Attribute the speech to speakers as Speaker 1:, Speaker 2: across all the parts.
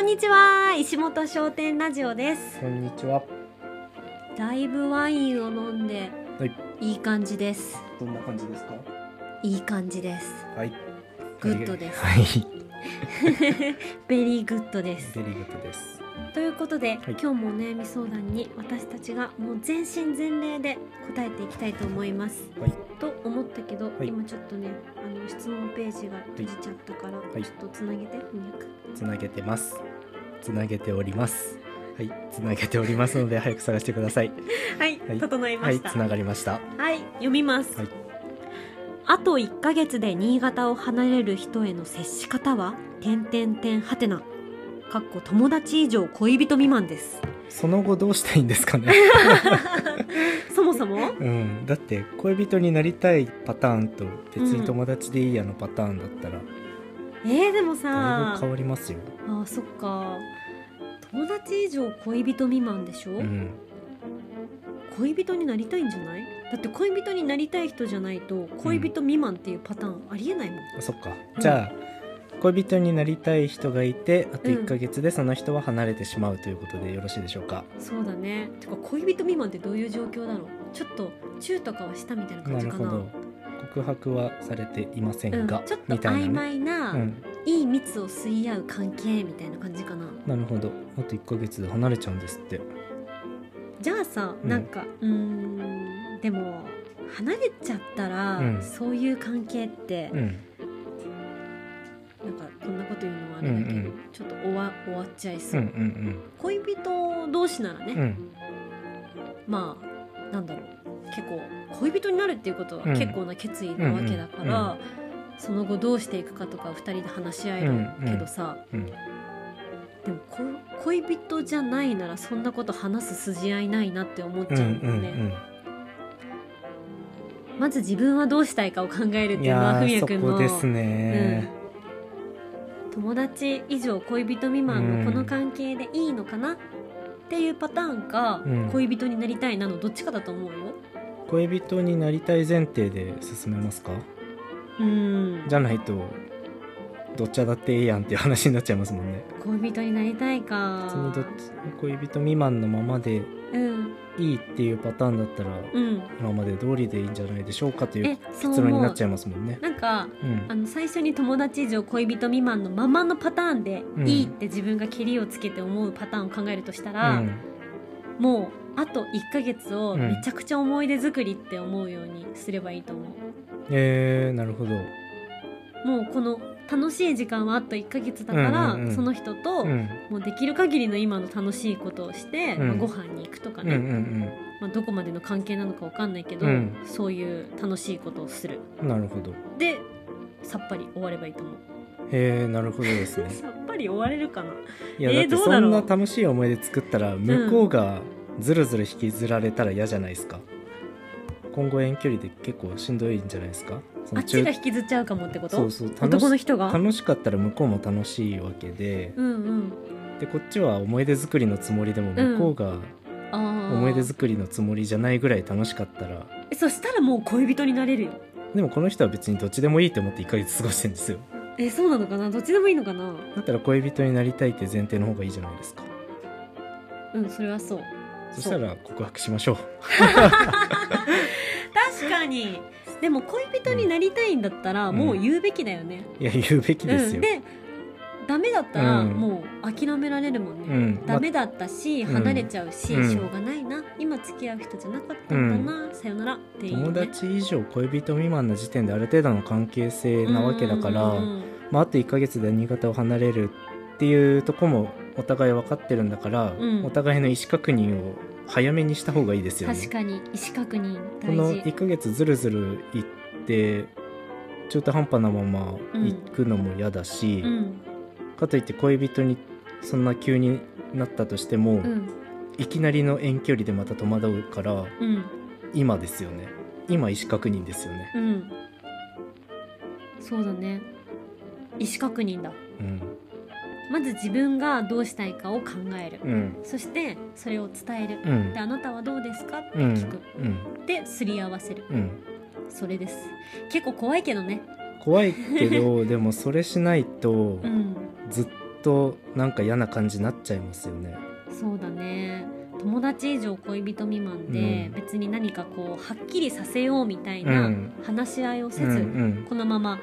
Speaker 1: んにちは石本商店ラジオです
Speaker 2: こんにちは。
Speaker 1: だいぶワインを飲んで
Speaker 2: はい。
Speaker 1: いい感じです
Speaker 2: どんな感じですか。
Speaker 1: いい感じです
Speaker 2: はい。
Speaker 1: グッドです
Speaker 2: はい。
Speaker 1: ベリーグッドです
Speaker 2: ベリーグッドです。
Speaker 1: ということで、
Speaker 2: はい
Speaker 1: 今日もお悩み相談に私たちがもう全身全霊で答えていきたいと思います
Speaker 2: はい。
Speaker 1: と思ったけど、
Speaker 2: い
Speaker 1: 今ちょっとねあの質問ページが閉じちゃったから、
Speaker 2: い
Speaker 1: ちょっとつなげて翻訳
Speaker 2: つなげてます。つなげております。はい。つなげております ので早く探してください。
Speaker 1: はい、
Speaker 2: はい
Speaker 1: 整いま
Speaker 2: は
Speaker 1: し
Speaker 2: い。
Speaker 1: た
Speaker 2: つながりました。
Speaker 1: はい、読みます、
Speaker 2: はい
Speaker 1: あと1ヶ月で新潟を離れる人への接し方は点点点はてなかっこ友達以上恋人未満です
Speaker 2: その後どうしたいんですかね。
Speaker 1: そもそも
Speaker 2: うん。だって恋人になりたいパターンと別に友達でいいやのパターンだったら
Speaker 1: えー、でも
Speaker 2: だいぶ
Speaker 1: さ
Speaker 2: 変わりますよ。
Speaker 1: あーそっか友達以上恋人未満でしょ、
Speaker 2: うん。
Speaker 1: 恋人になりたいんじゃないだって恋人になりたい人じゃないと恋人未満っていうパターンありえないもん、
Speaker 2: あそっか
Speaker 1: うん
Speaker 2: じゃあ、恋人になりたい人がいてあと
Speaker 1: うん
Speaker 2: 1ヶ月でその人は離れてしまうということでよろしいでしょうか、
Speaker 1: そうだねてか恋人未満ってどういう状況だろうちょっとチューとかはしたみたいな感
Speaker 2: な
Speaker 1: じ
Speaker 2: る
Speaker 1: か
Speaker 2: ほ
Speaker 1: な
Speaker 2: ど告白はされていませんが、
Speaker 1: うん、ちょっと
Speaker 2: みたい
Speaker 1: 曖
Speaker 2: なね
Speaker 1: 昧な、
Speaker 2: うん、
Speaker 1: いい蜜を吸い合う関係みたいな感じかな
Speaker 2: なるほどあと1ヶ月で離れちゃうんですって
Speaker 1: じゃあさ、
Speaker 2: うん
Speaker 1: なんかうーんでも離れちゃったら、
Speaker 2: うん
Speaker 1: そういう関係って
Speaker 2: う、ん
Speaker 1: なんかこんなこと言うのはあれだけど、
Speaker 2: うんうん
Speaker 1: ちょっと終わ終わっちゃい
Speaker 2: うんう
Speaker 1: そう、
Speaker 2: ん
Speaker 1: 恋人同士ならね、
Speaker 2: うんうん
Speaker 1: まあなんだろう結構恋人になるっていうことは
Speaker 2: うん
Speaker 1: 結構な決意なわけだから、その後どうしていくかとか2人で話し合え
Speaker 2: う
Speaker 1: る
Speaker 2: ん
Speaker 1: けどさ、
Speaker 2: うん
Speaker 1: でもこ恋人じゃないならそんなこと話す筋合いないなって思っち
Speaker 2: う
Speaker 1: ゃ
Speaker 2: んう
Speaker 1: うよね、
Speaker 2: ん
Speaker 1: まず自分はどうしたいかを考えるっ
Speaker 2: うん
Speaker 1: て
Speaker 2: い
Speaker 1: いうのは
Speaker 2: や
Speaker 1: ふみ
Speaker 2: ー
Speaker 1: や
Speaker 2: そ
Speaker 1: くんの
Speaker 2: こですね、
Speaker 1: うん、友達以上恋人未満のこの関係でいいのかな、っていうパターンか、
Speaker 2: うん
Speaker 1: 恋人になりたいなのどっちかだと思うよ。
Speaker 2: 恋人になりたい前提で進めますか
Speaker 1: うん
Speaker 2: じゃないとどっちゃだってええやんっていう話になっちゃいますもんね
Speaker 1: 恋人になりたいか
Speaker 2: 普通にどっち恋人未満のままで
Speaker 1: うん
Speaker 2: いいっていうパターンだったら
Speaker 1: うん
Speaker 2: 今まで通りでいいんじゃないでしょうかとい
Speaker 1: え
Speaker 2: う
Speaker 1: そう
Speaker 2: 結論に
Speaker 1: 思
Speaker 2: なっちゃ
Speaker 1: う
Speaker 2: いますもんね。
Speaker 1: なんか
Speaker 2: うん
Speaker 1: あの最初に友達以上恋人未満のままのパターンで
Speaker 2: うん
Speaker 1: いいって自分がケリをつけて思うパターンを考えるとした
Speaker 2: う
Speaker 1: ら、
Speaker 2: ん
Speaker 1: もうあと1ヶ月を
Speaker 2: うん
Speaker 1: めちゃくちゃ思い出作りって思うようにすればいいと思う、
Speaker 2: えー、なるほど。
Speaker 1: もうこの楽しい時間はあと1ヶ月だから、
Speaker 2: うんうんうん
Speaker 1: その人と、
Speaker 2: うん
Speaker 1: もうできる限りの今の楽しいことをして、
Speaker 2: うん
Speaker 1: まあご飯に行くとか
Speaker 2: うんう
Speaker 1: ね、
Speaker 2: ん
Speaker 1: まあ、どこまでの関係なのかわかんないけど、
Speaker 2: うん
Speaker 1: そういう楽しいことをする
Speaker 2: うん。なるほど。
Speaker 1: でさっぱり終わればいいと思う
Speaker 2: えー、なるほどです ね。
Speaker 1: さっぱり終われるかない
Speaker 2: や
Speaker 1: えー
Speaker 2: だって
Speaker 1: どう
Speaker 2: そ
Speaker 1: だろうん
Speaker 2: な楽しい思い出作ったら向こうがずるずる引きずられたら嫌じゃないですか。今後遠距離で結構しんどいんじゃないですか。そ
Speaker 1: あ
Speaker 2: の
Speaker 1: っちが引きずっちゃうかもってこと
Speaker 2: そうそう楽
Speaker 1: 男の
Speaker 2: し
Speaker 1: 人が
Speaker 2: 楽しかったら向こうも楽しいわけで。
Speaker 1: うんうん
Speaker 2: でこっちは思い出作りのつもりでも向こうが
Speaker 1: あー
Speaker 2: 思い出作りのつもりじゃないぐらい楽しかったら、
Speaker 1: えそしたらもう恋人になれるよ
Speaker 2: でもこの人は別にどっちでもいいと思って1ヶ月過ごしてるんですよ
Speaker 1: えそうなのかなどっちでもいいのかな
Speaker 2: だったら恋人になりたいって前提の方がいいじゃないですか
Speaker 1: うんそれはそう
Speaker 2: そしたら告白しましょう
Speaker 1: 確かにでも恋人になりたいんだったら
Speaker 2: うん
Speaker 1: もう言うべきだよね、
Speaker 2: いや言うべき
Speaker 1: うん
Speaker 2: ですよ、
Speaker 1: でダメだったら
Speaker 2: うん
Speaker 1: もう諦められるもんね、
Speaker 2: うん
Speaker 1: ダメだったし、
Speaker 2: うん
Speaker 1: 離れちゃうし、
Speaker 2: うん
Speaker 1: しょうがないな今付き合う人じゃなかったんだな、さよならっていう、ね、
Speaker 2: 友達以上恋人未満の時点である程度の関係性なわけだから、
Speaker 1: うんうんうん
Speaker 2: まあ、あと1ヶ月で新潟を離れるっていうとこもお互い分かってるんだから、
Speaker 1: うん
Speaker 2: お互いの意思確認を早めにした方がいいですよね
Speaker 1: 確かに意思確認
Speaker 2: こ
Speaker 1: 大
Speaker 2: の
Speaker 1: 事
Speaker 2: 1ヶ月ずるずる行って中途半端なまま行くのも嫌だし、
Speaker 1: うん
Speaker 2: かといって恋人にそんな急になったとしても、
Speaker 1: うん
Speaker 2: いきなりの遠距離でまた戸惑うから
Speaker 1: うん
Speaker 2: 今ですよね今意思確認ですよね、
Speaker 1: うんそうだね意思確認だ
Speaker 2: うん
Speaker 1: まず自分がどうしたいかを考える、
Speaker 2: うん
Speaker 1: そしてそれを伝える、
Speaker 2: うん
Speaker 1: であなたはどうですかって
Speaker 2: うん
Speaker 1: 聞く、ですり合わせる
Speaker 2: うんうん
Speaker 1: それです結構怖いけどね
Speaker 2: 怖いけどでもそれしないと
Speaker 1: うん
Speaker 2: ずっとなんか嫌な感じになっちゃいますよね
Speaker 1: そうだね友達以上恋人未満で、
Speaker 2: うん
Speaker 1: 別に何かこうはっきりさせようみたいうなん話し合いをせ
Speaker 2: うん
Speaker 1: ず、
Speaker 2: うん
Speaker 1: このまま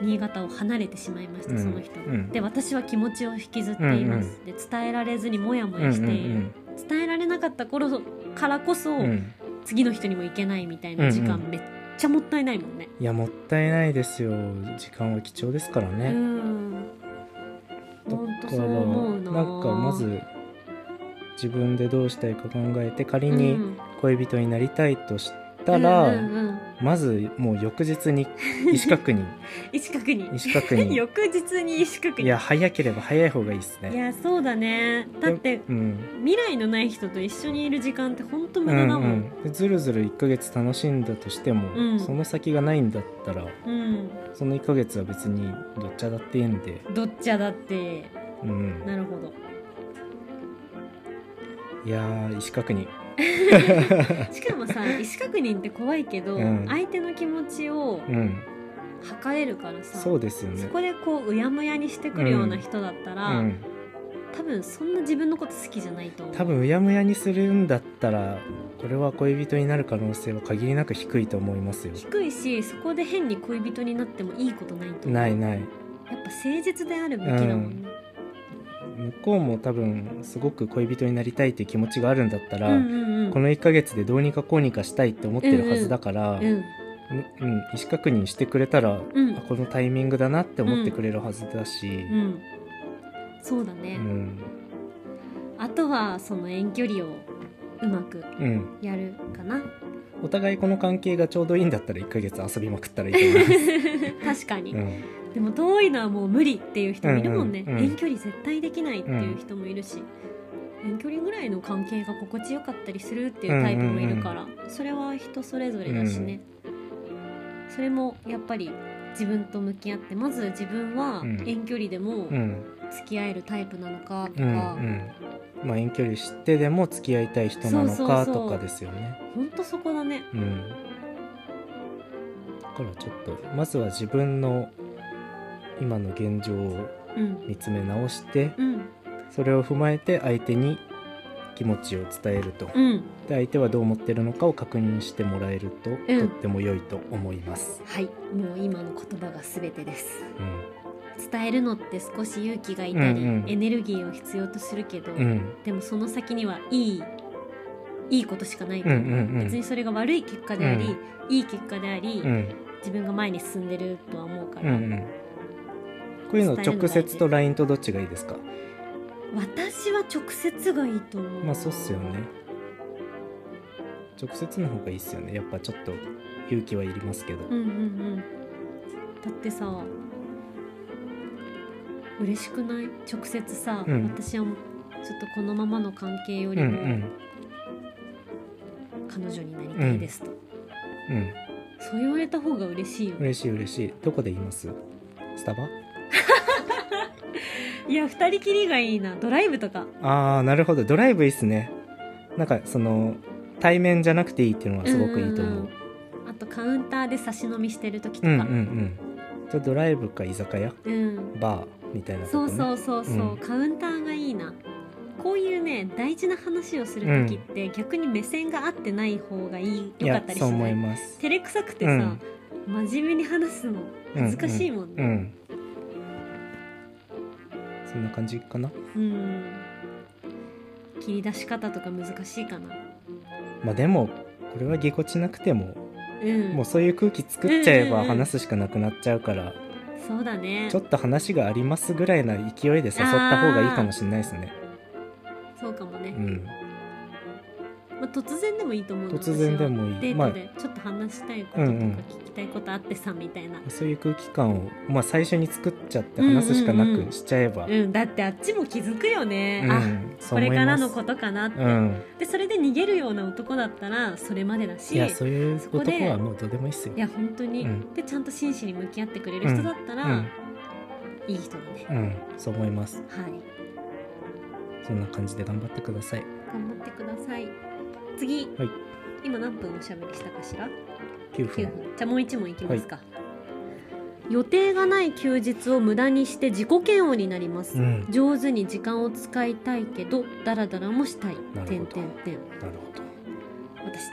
Speaker 1: 新潟を離れてしまいました、
Speaker 2: うん
Speaker 1: その人は、
Speaker 2: うん
Speaker 1: で私は気持ちを引きずっています、で伝えられずにモヤモヤしている、伝えられなかった頃からこそ、
Speaker 2: うんうんうん
Speaker 1: 次の人にも行けないみたいな時間、
Speaker 2: うんう
Speaker 1: めっちゃもったいないもんね
Speaker 2: いやもったいないですよ時間は貴重ですから
Speaker 1: う
Speaker 2: ね、
Speaker 1: ん
Speaker 2: だ
Speaker 1: 本当
Speaker 2: か
Speaker 1: そう
Speaker 2: ら
Speaker 1: 思うな
Speaker 2: なんかまず自分でどうしたいか考えて仮
Speaker 1: う
Speaker 2: に
Speaker 1: ん
Speaker 2: 恋人になりたいとしたら、
Speaker 1: うんうんうん
Speaker 2: まずもう翌日に意思確 認
Speaker 1: 意思確認
Speaker 2: 意思確認
Speaker 1: 翌日に意思確認
Speaker 2: いや早ければ早い方がいいです
Speaker 1: い
Speaker 2: ね
Speaker 1: やそうだねだって
Speaker 2: うん
Speaker 1: 未来のない人と一緒にいる時間って本当無駄だもん
Speaker 2: うんうん、ずるずる1ヶ月楽しんだとしても、
Speaker 1: うん
Speaker 2: その先がないんだったら
Speaker 1: うん、
Speaker 2: その1ヶ月は別にどっちゃだっていいんで、
Speaker 1: どっちゃだって
Speaker 2: うん、
Speaker 1: なる ほど
Speaker 2: いやー意思確認
Speaker 1: しかもさ意思確認って怖いけど、
Speaker 2: うん
Speaker 1: 相手の気持ちを
Speaker 2: うん
Speaker 1: 測れるからさ
Speaker 2: そうですよね
Speaker 1: そこでこううやむやにしてくるような人だったら、
Speaker 2: うん、
Speaker 1: 多分そんな自分のこと好きじゃないと思う
Speaker 2: 多分うやむやにするんだったらこれは恋人になる可能性は限りなく低いと思いますよ
Speaker 1: 低いしそこで変に恋人になってもいいことないと思う
Speaker 2: ないな
Speaker 1: や
Speaker 2: い
Speaker 1: っぱ誠実であるべきだもんね、
Speaker 2: 向こうも多分すごく恋人になりたいっていう気持ちがあるんだった
Speaker 1: う
Speaker 2: ら、
Speaker 1: ん、うんうん
Speaker 2: この1ヶ月でどうにかこうにかしたいって思ってるはずだから、
Speaker 1: うん
Speaker 2: うんうん、意思確認してくれたら、
Speaker 1: うん
Speaker 2: あこのタイミングだなって思ってくれるはずだし、
Speaker 1: う
Speaker 2: うん
Speaker 1: そうだね、
Speaker 2: ん
Speaker 1: あとはその遠距離をうまく
Speaker 2: うん
Speaker 1: やるかな
Speaker 2: お互いこの関係がちょうどいいんだったら1ヶ月遊びまくったらいいと思います。
Speaker 1: 確かに、
Speaker 2: うん
Speaker 1: でも遠いのはもう無理っていう人もいるもんね、
Speaker 2: うんうんうん
Speaker 1: 遠距離絶対できないっていう人もいるし、遠距離ぐらいの関係が心地よかったりするっていうタイプもいるから、それは人それぞれだしね、それもやっぱり自分と向き合ってまず自分は
Speaker 2: うん
Speaker 1: 遠距離でも
Speaker 2: うん
Speaker 1: 付き合えるタイプなのかと
Speaker 2: う
Speaker 1: か、
Speaker 2: んうんまあ遠距離してでも付き合いたい人なの
Speaker 1: そうそう
Speaker 2: か
Speaker 1: そう
Speaker 2: とかですよね。
Speaker 1: ほんとそこだね
Speaker 2: うんだからちょっとまずは自分の今の現状を
Speaker 1: うん
Speaker 2: 見つめ直して
Speaker 1: うん
Speaker 2: それを踏まえて相手に気持ちを伝えると。
Speaker 1: うん
Speaker 2: で相手はどう思ってるのかを確認してもらえると、
Speaker 1: うん
Speaker 2: とっても良いと思います。
Speaker 1: はいもう今の言葉が全てです
Speaker 2: う
Speaker 1: 伝えるのって少し勇気がいたり、
Speaker 2: うんうん
Speaker 1: エネルギーを必要とするけど、
Speaker 2: ん、うん、
Speaker 1: でもその先にはいいいいことしかないと
Speaker 2: うん、う
Speaker 1: 思
Speaker 2: ん
Speaker 1: う、、
Speaker 2: うん
Speaker 1: 別にそれが悪い結果であり、
Speaker 2: うん
Speaker 1: いい結果であり、
Speaker 2: うん、
Speaker 1: 自分が前に進んでるとは思うか
Speaker 2: う
Speaker 1: ら、
Speaker 2: ん、うん。こういうの直接と LINE とどっちがいいですか。
Speaker 1: 私は直接がいいと思う
Speaker 2: まあ、そうっすよね。直接の方がいいっすよね。やっぱちょっと勇気はいりますけど。
Speaker 1: うんうんうんだってさ嬉しくない直接さ、
Speaker 2: うん
Speaker 1: 私はちょっとこのままの関係よ
Speaker 2: うん、
Speaker 1: り
Speaker 2: う
Speaker 1: も
Speaker 2: ん、
Speaker 1: 彼女になりたいですと、
Speaker 2: うん、
Speaker 1: そう言われた方が嬉しいよね
Speaker 2: 嬉しい、嬉しい。どこで言います。スタバ。
Speaker 1: いや二人きりがいいなドライブとか
Speaker 2: ああ、なるほど。ドライブいいっすね。なんか、その対面じゃなくていいっていうのはすごくいいと思う。
Speaker 1: んんんあとカウンターで差し飲みしてる時と
Speaker 2: う
Speaker 1: か、
Speaker 2: んうんうんじゃあドライブか居酒屋
Speaker 1: うん
Speaker 2: バーみたいなと
Speaker 1: そ
Speaker 2: こ、
Speaker 1: う
Speaker 2: ね、
Speaker 1: そうそうそう、
Speaker 2: うん
Speaker 1: カウンターがいいなこういうね大事な話をする時って、逆に目線が合ってない方がいい
Speaker 2: い
Speaker 1: よかっ
Speaker 2: や
Speaker 1: たりし
Speaker 2: そう思
Speaker 1: ないい
Speaker 2: ます
Speaker 1: 照れくさくてさ、真面目に話すの恥ずかしいもん
Speaker 2: う
Speaker 1: ね
Speaker 2: んそんな感じかな
Speaker 1: うん、切り出し方とか難しいかな
Speaker 2: まあでもこれはぎこちなくても
Speaker 1: うん
Speaker 2: もうそういう空気作っちゃえ
Speaker 1: うん
Speaker 2: ば
Speaker 1: うんうん
Speaker 2: 話すしかなくなっちゃうから、
Speaker 1: そうだね
Speaker 2: ちょっと話がありますぐらいな勢いで誘った方がいいかもしれないですね
Speaker 1: そうかもね
Speaker 2: う、ん
Speaker 1: まあ、突然でもいいと思うの
Speaker 2: 突然でもい
Speaker 1: デ
Speaker 2: い、
Speaker 1: ー
Speaker 2: ま
Speaker 1: ト
Speaker 2: あ、
Speaker 1: でちょっと話したいこととか
Speaker 2: うんうん
Speaker 1: 聞きたいことあってさみたいな、
Speaker 2: そういう空気感を、まあ、最初に作っちゃって話すしかなくしちゃえば、
Speaker 1: うんだってあっちも気づくよね、
Speaker 2: うん
Speaker 1: あ
Speaker 2: そ
Speaker 1: こ
Speaker 2: う
Speaker 1: れ
Speaker 2: 思い
Speaker 1: から
Speaker 2: ます
Speaker 1: のことかなって、
Speaker 2: うん
Speaker 1: でそれで逃げるような男だったらそれまでだし
Speaker 2: いやそういう
Speaker 1: そこで
Speaker 2: 男はもうどうでもいいっすよ
Speaker 1: い。や本当に、
Speaker 2: うん
Speaker 1: でちゃんと真摯に向き合ってくれる人だったら、いい人だね、
Speaker 2: うん、うん、そう思います。
Speaker 1: はい
Speaker 2: そんな感じで頑張ってください。
Speaker 1: 頑張ってください次、
Speaker 2: はい
Speaker 1: 今何分おしゃべりしたかしら9
Speaker 2: 9分。
Speaker 1: 分じゃあもう1問いきますか、予定がない休日を無駄にして自己嫌悪になります、
Speaker 2: うん
Speaker 1: 上手に時間を使いたいけどダラダラもしたい
Speaker 2: な
Speaker 1: て
Speaker 2: る
Speaker 1: ん
Speaker 2: ほど
Speaker 1: てんてん
Speaker 2: なるほど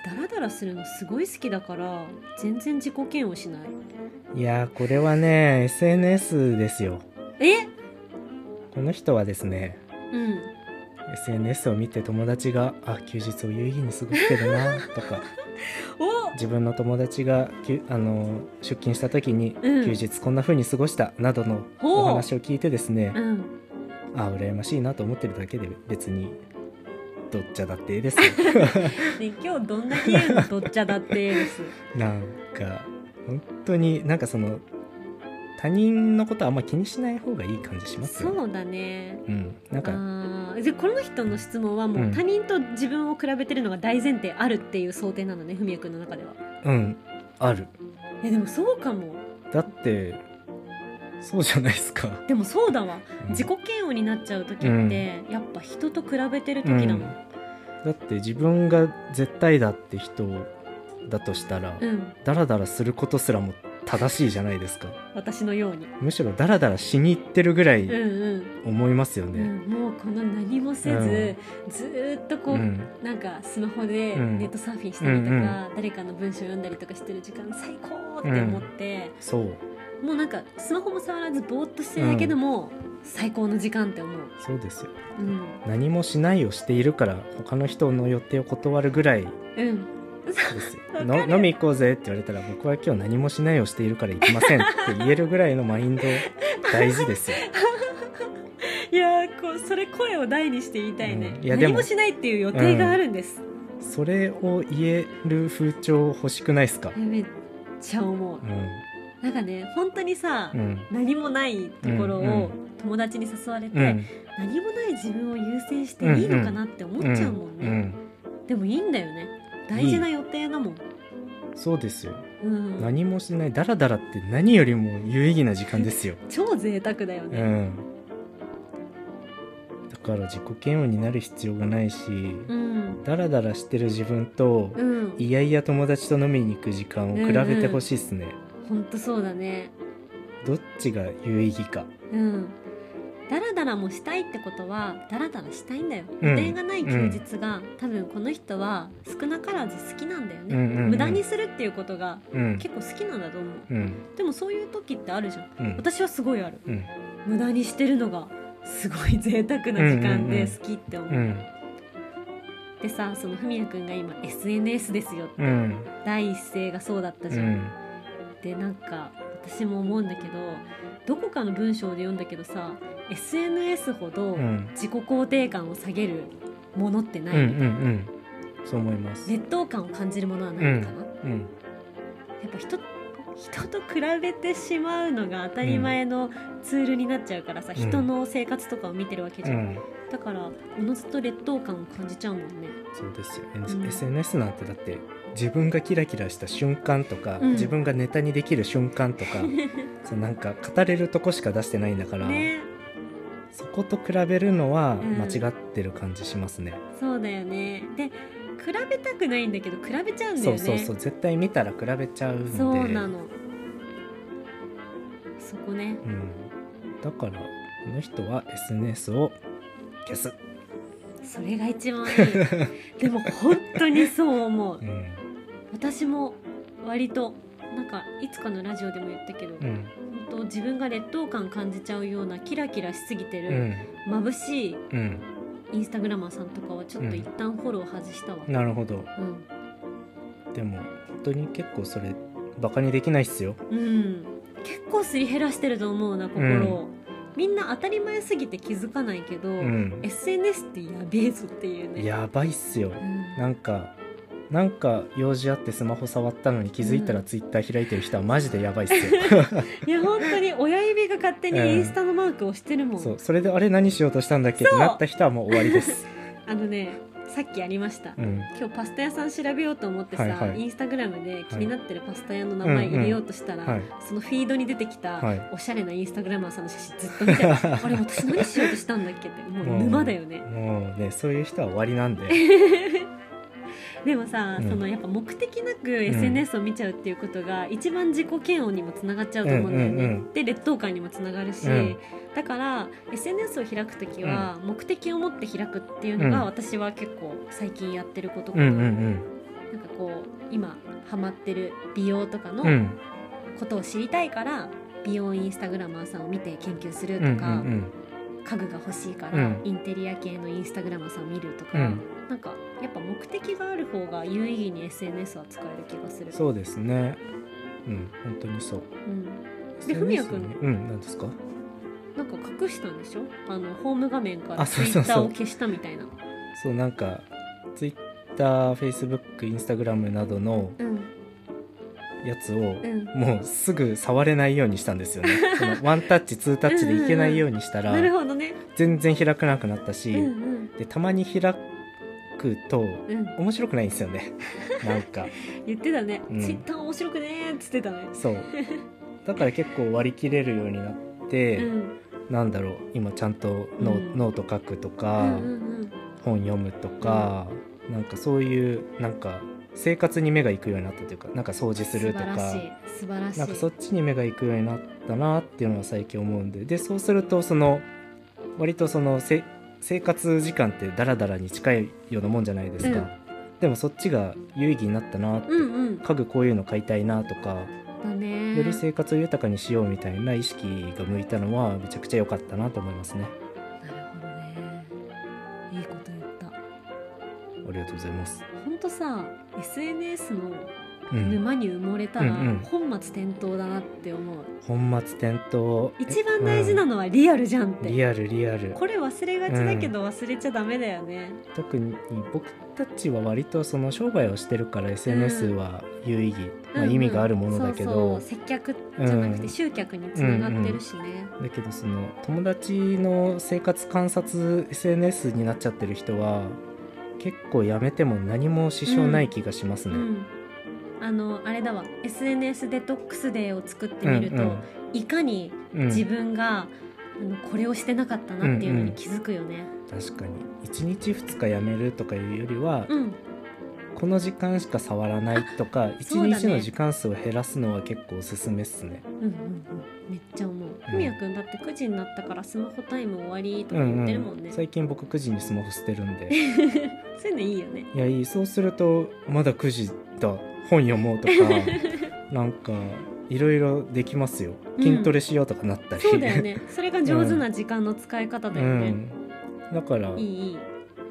Speaker 1: 私ダラダラするのすごい好きだから全然自己嫌悪しない
Speaker 2: いやーこれはね SNS ですよ
Speaker 1: え
Speaker 2: この人はですね
Speaker 1: うん
Speaker 2: SNS を見て友達が「あ休日を有意義に過ごしてるな」とか
Speaker 1: お
Speaker 2: 自分の友達がきゅあの出勤した時に「
Speaker 1: うん
Speaker 2: 休日こんな風に過ごした」などの
Speaker 1: ほう
Speaker 2: お話を聞いてですね
Speaker 1: うん
Speaker 2: あ羨ましいなと思ってるだけで別にどっちゃだってええですよ
Speaker 1: で今日どんなゲームとっちゃだって です
Speaker 2: なんか本当になんかその他人のことあんま気にしない方がいい感じしますよね
Speaker 1: そうだね
Speaker 2: うんなんか
Speaker 1: あーでこの人の質問はもううん他人と自分を比べてるのが大前提あるっていう想定なのね文也君の中では
Speaker 2: うんある
Speaker 1: えでもそうかも
Speaker 2: だってそうじゃないですか
Speaker 1: でもそうだわ
Speaker 2: うん
Speaker 1: 自己嫌悪になっちゃう時って、やっぱ人と比べてる時だもん
Speaker 2: だって自分が絶対だって人だとしたら、
Speaker 1: うん、
Speaker 2: ダラダラすることすらも正しいじゃないですか
Speaker 1: 私のように
Speaker 2: むしろダラダラしに行ってるぐら
Speaker 1: うん
Speaker 2: い思いますよ
Speaker 1: うん、う
Speaker 2: ね
Speaker 1: ん、もうこの何もせず、ずーっとこ
Speaker 2: う
Speaker 1: う、
Speaker 2: ん、
Speaker 1: なんかスマホで
Speaker 2: うん
Speaker 1: ネットサーフィンしたりとか、
Speaker 2: うんうん
Speaker 1: 誰かの文章読んだりとかしてる時間最高って思って、
Speaker 2: そう
Speaker 1: もうなんかスマホも触らずぼーっとしてるだけでも、最高の時間って思う、
Speaker 2: そうですよ
Speaker 1: うん
Speaker 2: 何もしないをしているから他の人の予定を断るぐらい
Speaker 1: うん、
Speaker 2: です
Speaker 1: わか
Speaker 2: よ
Speaker 1: る
Speaker 2: の飲み行こうぜって言われたら僕は今日何もしないをしているから行きませんって言えるぐらいのマインド大事ですよ
Speaker 1: いやーこうそれ声を大にして言いたいね、
Speaker 2: うんいやで
Speaker 1: 何
Speaker 2: も
Speaker 1: もしないっていう予定があるんです、
Speaker 2: それを言える風潮欲しくないですか
Speaker 1: えめっちゃ思う
Speaker 2: う
Speaker 1: なんかね本当にさ、
Speaker 2: んうん
Speaker 1: 何もないところ
Speaker 2: うんう
Speaker 1: を
Speaker 2: ん
Speaker 1: 友達に誘われて、
Speaker 2: うん
Speaker 1: 何もない自分を優先していいのかなって思っちゃうもんね、
Speaker 2: うん
Speaker 1: でもいいんだよね大事な予定だもん
Speaker 2: うん、そうですよ
Speaker 1: うん、
Speaker 2: 何もしないダラダラって何よりも有意義な時間ですよ
Speaker 1: 超贅沢だよ
Speaker 2: う
Speaker 1: ね、
Speaker 2: んだから自己嫌悪になる必要がないし、
Speaker 1: うん
Speaker 2: ダラダラしてる自分と、
Speaker 1: うん、
Speaker 2: いやいや友達と飲みに行く時間を比べてほしいっすね、
Speaker 1: ほんとそうだね
Speaker 2: どっちが有意義か
Speaker 1: うんダラダラもしたいってことはダラダラしたいんだよ
Speaker 2: うん
Speaker 1: 予定がない休日が、多分この人は少なからず好きなんだよね、
Speaker 2: うんうんうん
Speaker 1: 無駄にするっていうことが
Speaker 2: うん
Speaker 1: 結構好きなんだと思う
Speaker 2: うん
Speaker 1: でもそういう時ってあるじゃん
Speaker 2: うん
Speaker 1: 私はすごいある
Speaker 2: うん
Speaker 1: 無駄にしてるのがすごい贅沢な時間で好きって思う,、
Speaker 2: うん
Speaker 1: でさその文也君が今 SNS ですよって、
Speaker 2: うん
Speaker 1: 第一声がそうだった
Speaker 2: う
Speaker 1: じゃん、
Speaker 2: ん
Speaker 1: でなんか私も思うんだけどどこかの文章で読んだけどさ SNS ほど、
Speaker 2: うん
Speaker 1: 自己肯定感を下げるものってな
Speaker 2: うん
Speaker 1: い、
Speaker 2: うんそう思います
Speaker 1: 劣等感を感じるものはないのかな、や
Speaker 2: うん
Speaker 1: っぱ人人と比べてしまうのが当たり前のツールになっちゃうからさ、
Speaker 2: うん
Speaker 1: 人の生活とかを見てるわけ
Speaker 2: う
Speaker 1: じゃん、
Speaker 2: ん
Speaker 1: だからおのずと劣等感を感じちゃうもんね
Speaker 2: そうですよ、
Speaker 1: ん
Speaker 2: SNS なんてだって自分がキラキラした瞬間とか、
Speaker 1: うん
Speaker 2: 自分がネタにできる瞬 間とかそうなんか語れるとこしか出してないんだから、
Speaker 1: ね
Speaker 2: そこと比べるのは
Speaker 1: ん
Speaker 2: 間違ってる感じしますね、
Speaker 1: そうだよねで比べたくないんだけど比べちゃうんだ
Speaker 2: そ
Speaker 1: よ
Speaker 2: う
Speaker 1: ね
Speaker 2: そうそう絶対見たら比べちゃうんで
Speaker 1: そうなのそこね
Speaker 2: うん、だからこの人は SNS を消す、
Speaker 1: それが一 番いいでも本当にそう思う
Speaker 2: うん
Speaker 1: 私も割となんかいつかのラジオでも言ったけど、
Speaker 2: うん
Speaker 1: 本当自分が劣等感感じちゃうようなキラキラしすぎてる、
Speaker 2: うん
Speaker 1: 眩しい
Speaker 2: うん、
Speaker 1: インスタグラマーさんとかはちょっ
Speaker 2: う
Speaker 1: と
Speaker 2: ん
Speaker 1: 一旦フォロー外したわ、うん
Speaker 2: なるほど
Speaker 1: うん
Speaker 2: でも本当に結構それバカにできないっすよ
Speaker 1: 結構すり減らしてると思うな心を、みんな当たり前すぎて気づかないけど、
Speaker 2: うん
Speaker 1: SNS ってやべえぞっていうね
Speaker 2: やばいっすよ
Speaker 1: うん
Speaker 2: なんかなんか用事あってスマホ触ったのに気づいたらツイッター開いてる人はマジでやばいっ すよ、
Speaker 1: いや本当に親指が勝手にインスタのマークをしてるもん、
Speaker 2: そうそれであれ何しようとしたんだっけってなった人はもう終わ りです、
Speaker 1: あのねさっきやりました
Speaker 2: うん、
Speaker 1: 今日パスタ屋さん調べようと思ってさ、
Speaker 2: はいはい
Speaker 1: インスタグラムで気になってるパスタ屋の名前入れようとしたら、
Speaker 2: はい
Speaker 1: そのフィードに出てきた
Speaker 2: はい
Speaker 1: おしゃれなインスタグラマーさんの写真ずっと 見て、あれ私何しようとしたんだっけってもう沼だよね、
Speaker 2: もうねそういう人は終わりなんで
Speaker 1: でもさ、
Speaker 2: うん
Speaker 1: そのやっぱ目的なく SNS を見ちゃうっていうことが一番自己嫌悪にもつながっちゃうと思うんだよね、
Speaker 2: うんうんう
Speaker 1: で劣等感にもつながるし、
Speaker 2: うん
Speaker 1: だから SNS を開く時は目的を持って開くっていうの
Speaker 2: う
Speaker 1: が
Speaker 2: ん
Speaker 1: 私は結構最近やってることか
Speaker 2: うんう
Speaker 1: な,、
Speaker 2: ん
Speaker 1: なんかこう今ハマってる美容とか
Speaker 2: うんう
Speaker 1: の
Speaker 2: ん
Speaker 1: ことを知りたいから、美容インスタグラマーさんを見て研究する
Speaker 2: うんうん
Speaker 1: とか、家具が欲しいから、
Speaker 2: うん
Speaker 1: インテリア系のインスタグラマーさんを見るとか、
Speaker 2: うん
Speaker 1: なんかやっぱ目的がある方が有意義に SNS は使える気がする
Speaker 2: そうですねうん本当にそう
Speaker 1: うん、で文也君
Speaker 2: SNS ねうんなんですか
Speaker 1: なんか隠したんでしょあのホーム画面から
Speaker 2: あ
Speaker 1: ツ
Speaker 2: そ
Speaker 1: イ
Speaker 2: うそ
Speaker 1: ッ
Speaker 2: う
Speaker 1: タ
Speaker 2: そう
Speaker 1: ーを消したみたいな
Speaker 2: そうなんか TwitterFacebookInstagram などの
Speaker 1: うん
Speaker 2: やつを
Speaker 1: うん
Speaker 2: もうすぐ触れないようにしたん ですよねそのワンタッチツータッチでいけないようにしたら
Speaker 1: なるほどね
Speaker 2: 全然開かなくなったし、
Speaker 1: うんうん
Speaker 2: でたまに開くと
Speaker 1: うん
Speaker 2: 面白くないんですよ ねなんか
Speaker 1: 言ってたね、
Speaker 2: うん
Speaker 1: ツイッター面白くねーっつってたね
Speaker 2: そうだから結構割り切れるようになって、
Speaker 1: うん
Speaker 2: なんだろう今ちゃんとノ,、
Speaker 1: うん
Speaker 2: ノート書くと
Speaker 1: う
Speaker 2: か、
Speaker 1: んうん
Speaker 2: 本読むとか、なんかそういうなんか生活に目が行くようになったというかなんか掃除すると
Speaker 1: 素
Speaker 2: か
Speaker 1: 晴らしい素晴らしい
Speaker 2: なんかそっちに目が行くようになったなっていうのは最近思うんででそうするとその割とそのせ生活時間ってダラダラに近いようなもんじゃないですか、
Speaker 1: うん
Speaker 2: でもそっちが有意義になったなって、
Speaker 1: うんうんだ
Speaker 2: 家具こういうの買いたいなとか
Speaker 1: ね
Speaker 2: より生活を豊かにしようみたいな意識が向いたのはめちゃくちゃ良かったなと思いますね
Speaker 1: なるほどねいいこと言った
Speaker 2: ありがとうございます
Speaker 1: ほんとさ SNS の
Speaker 2: うん
Speaker 1: 沼に埋もれたら
Speaker 2: うんうん
Speaker 1: 本末転倒だなって思う
Speaker 2: 本末転倒
Speaker 1: 一番大事な
Speaker 2: の、
Speaker 1: のはリアルじゃんっ
Speaker 2: うん
Speaker 1: て
Speaker 2: リアルリアル
Speaker 1: これ忘れがちだけど忘れちゃダメだよね
Speaker 2: 特に僕たちは割とその商売をしてるから SNS は有意義、まあ、
Speaker 1: うんうん
Speaker 2: 意味があるものだけ
Speaker 1: そう
Speaker 2: ど、
Speaker 1: そう接客じゃなく
Speaker 2: う
Speaker 1: て
Speaker 2: ん
Speaker 1: 集客につながってるしね
Speaker 2: だけどその友達の生活観察 SNS になっちゃってる人は結構やめても何も支障ない気がします
Speaker 1: う
Speaker 2: ね。
Speaker 1: ん、あのあれだわ SNS デトックスデーを作ってみると、
Speaker 2: うん
Speaker 1: いかに
Speaker 2: うん
Speaker 1: 自分が、あのこれをしてなかったなっていうのに気づくよね
Speaker 2: 確かに1日2日やめるとかいうよりは、
Speaker 1: うん、
Speaker 2: この時間しか触らないとか
Speaker 1: そうだね
Speaker 2: 1日の時間数を減らすのは結構おすすめっすね。
Speaker 1: うんうんうんめっちゃ思うふみやくんだって9時になったからスマホタイム終わりと
Speaker 2: う
Speaker 1: か言
Speaker 2: ん
Speaker 1: って
Speaker 2: う
Speaker 1: るもんね、
Speaker 2: ん、最近僕9時にスマホ捨てるんで
Speaker 1: そういうのいいよね
Speaker 2: いやいいそうするとまだ9時だ本読もうと かなんかいろいろできますよ
Speaker 1: うん
Speaker 2: 筋トレしようとかなったり、
Speaker 1: そうだよ ね それが上手な時間の使い方だ
Speaker 2: う
Speaker 1: よね、
Speaker 2: ん、だから
Speaker 1: いいいい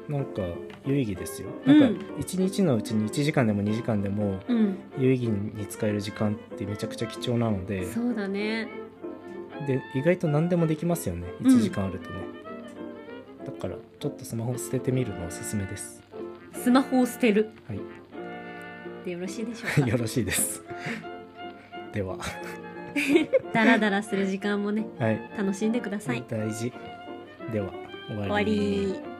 Speaker 2: なんか有意義ですよ、
Speaker 1: うん
Speaker 2: なんか一日のうちに1時間でも2時間でも
Speaker 1: うん
Speaker 2: 有意義に使える時間ってめちゃくちゃ貴重なので
Speaker 1: そうだね
Speaker 2: で意外と何でもできますよね
Speaker 1: うん
Speaker 2: 1時間あるとね、だからちょっとスマホ捨ててみるのおすすめ です
Speaker 1: スマホを捨てる、
Speaker 2: はい
Speaker 1: でよろしいでしょうか
Speaker 2: よろしいです では
Speaker 1: ダラダラする時間もね
Speaker 2: はい
Speaker 1: 楽しんでください
Speaker 2: 大事では
Speaker 1: 終
Speaker 2: 終わ
Speaker 1: わ
Speaker 2: り
Speaker 1: り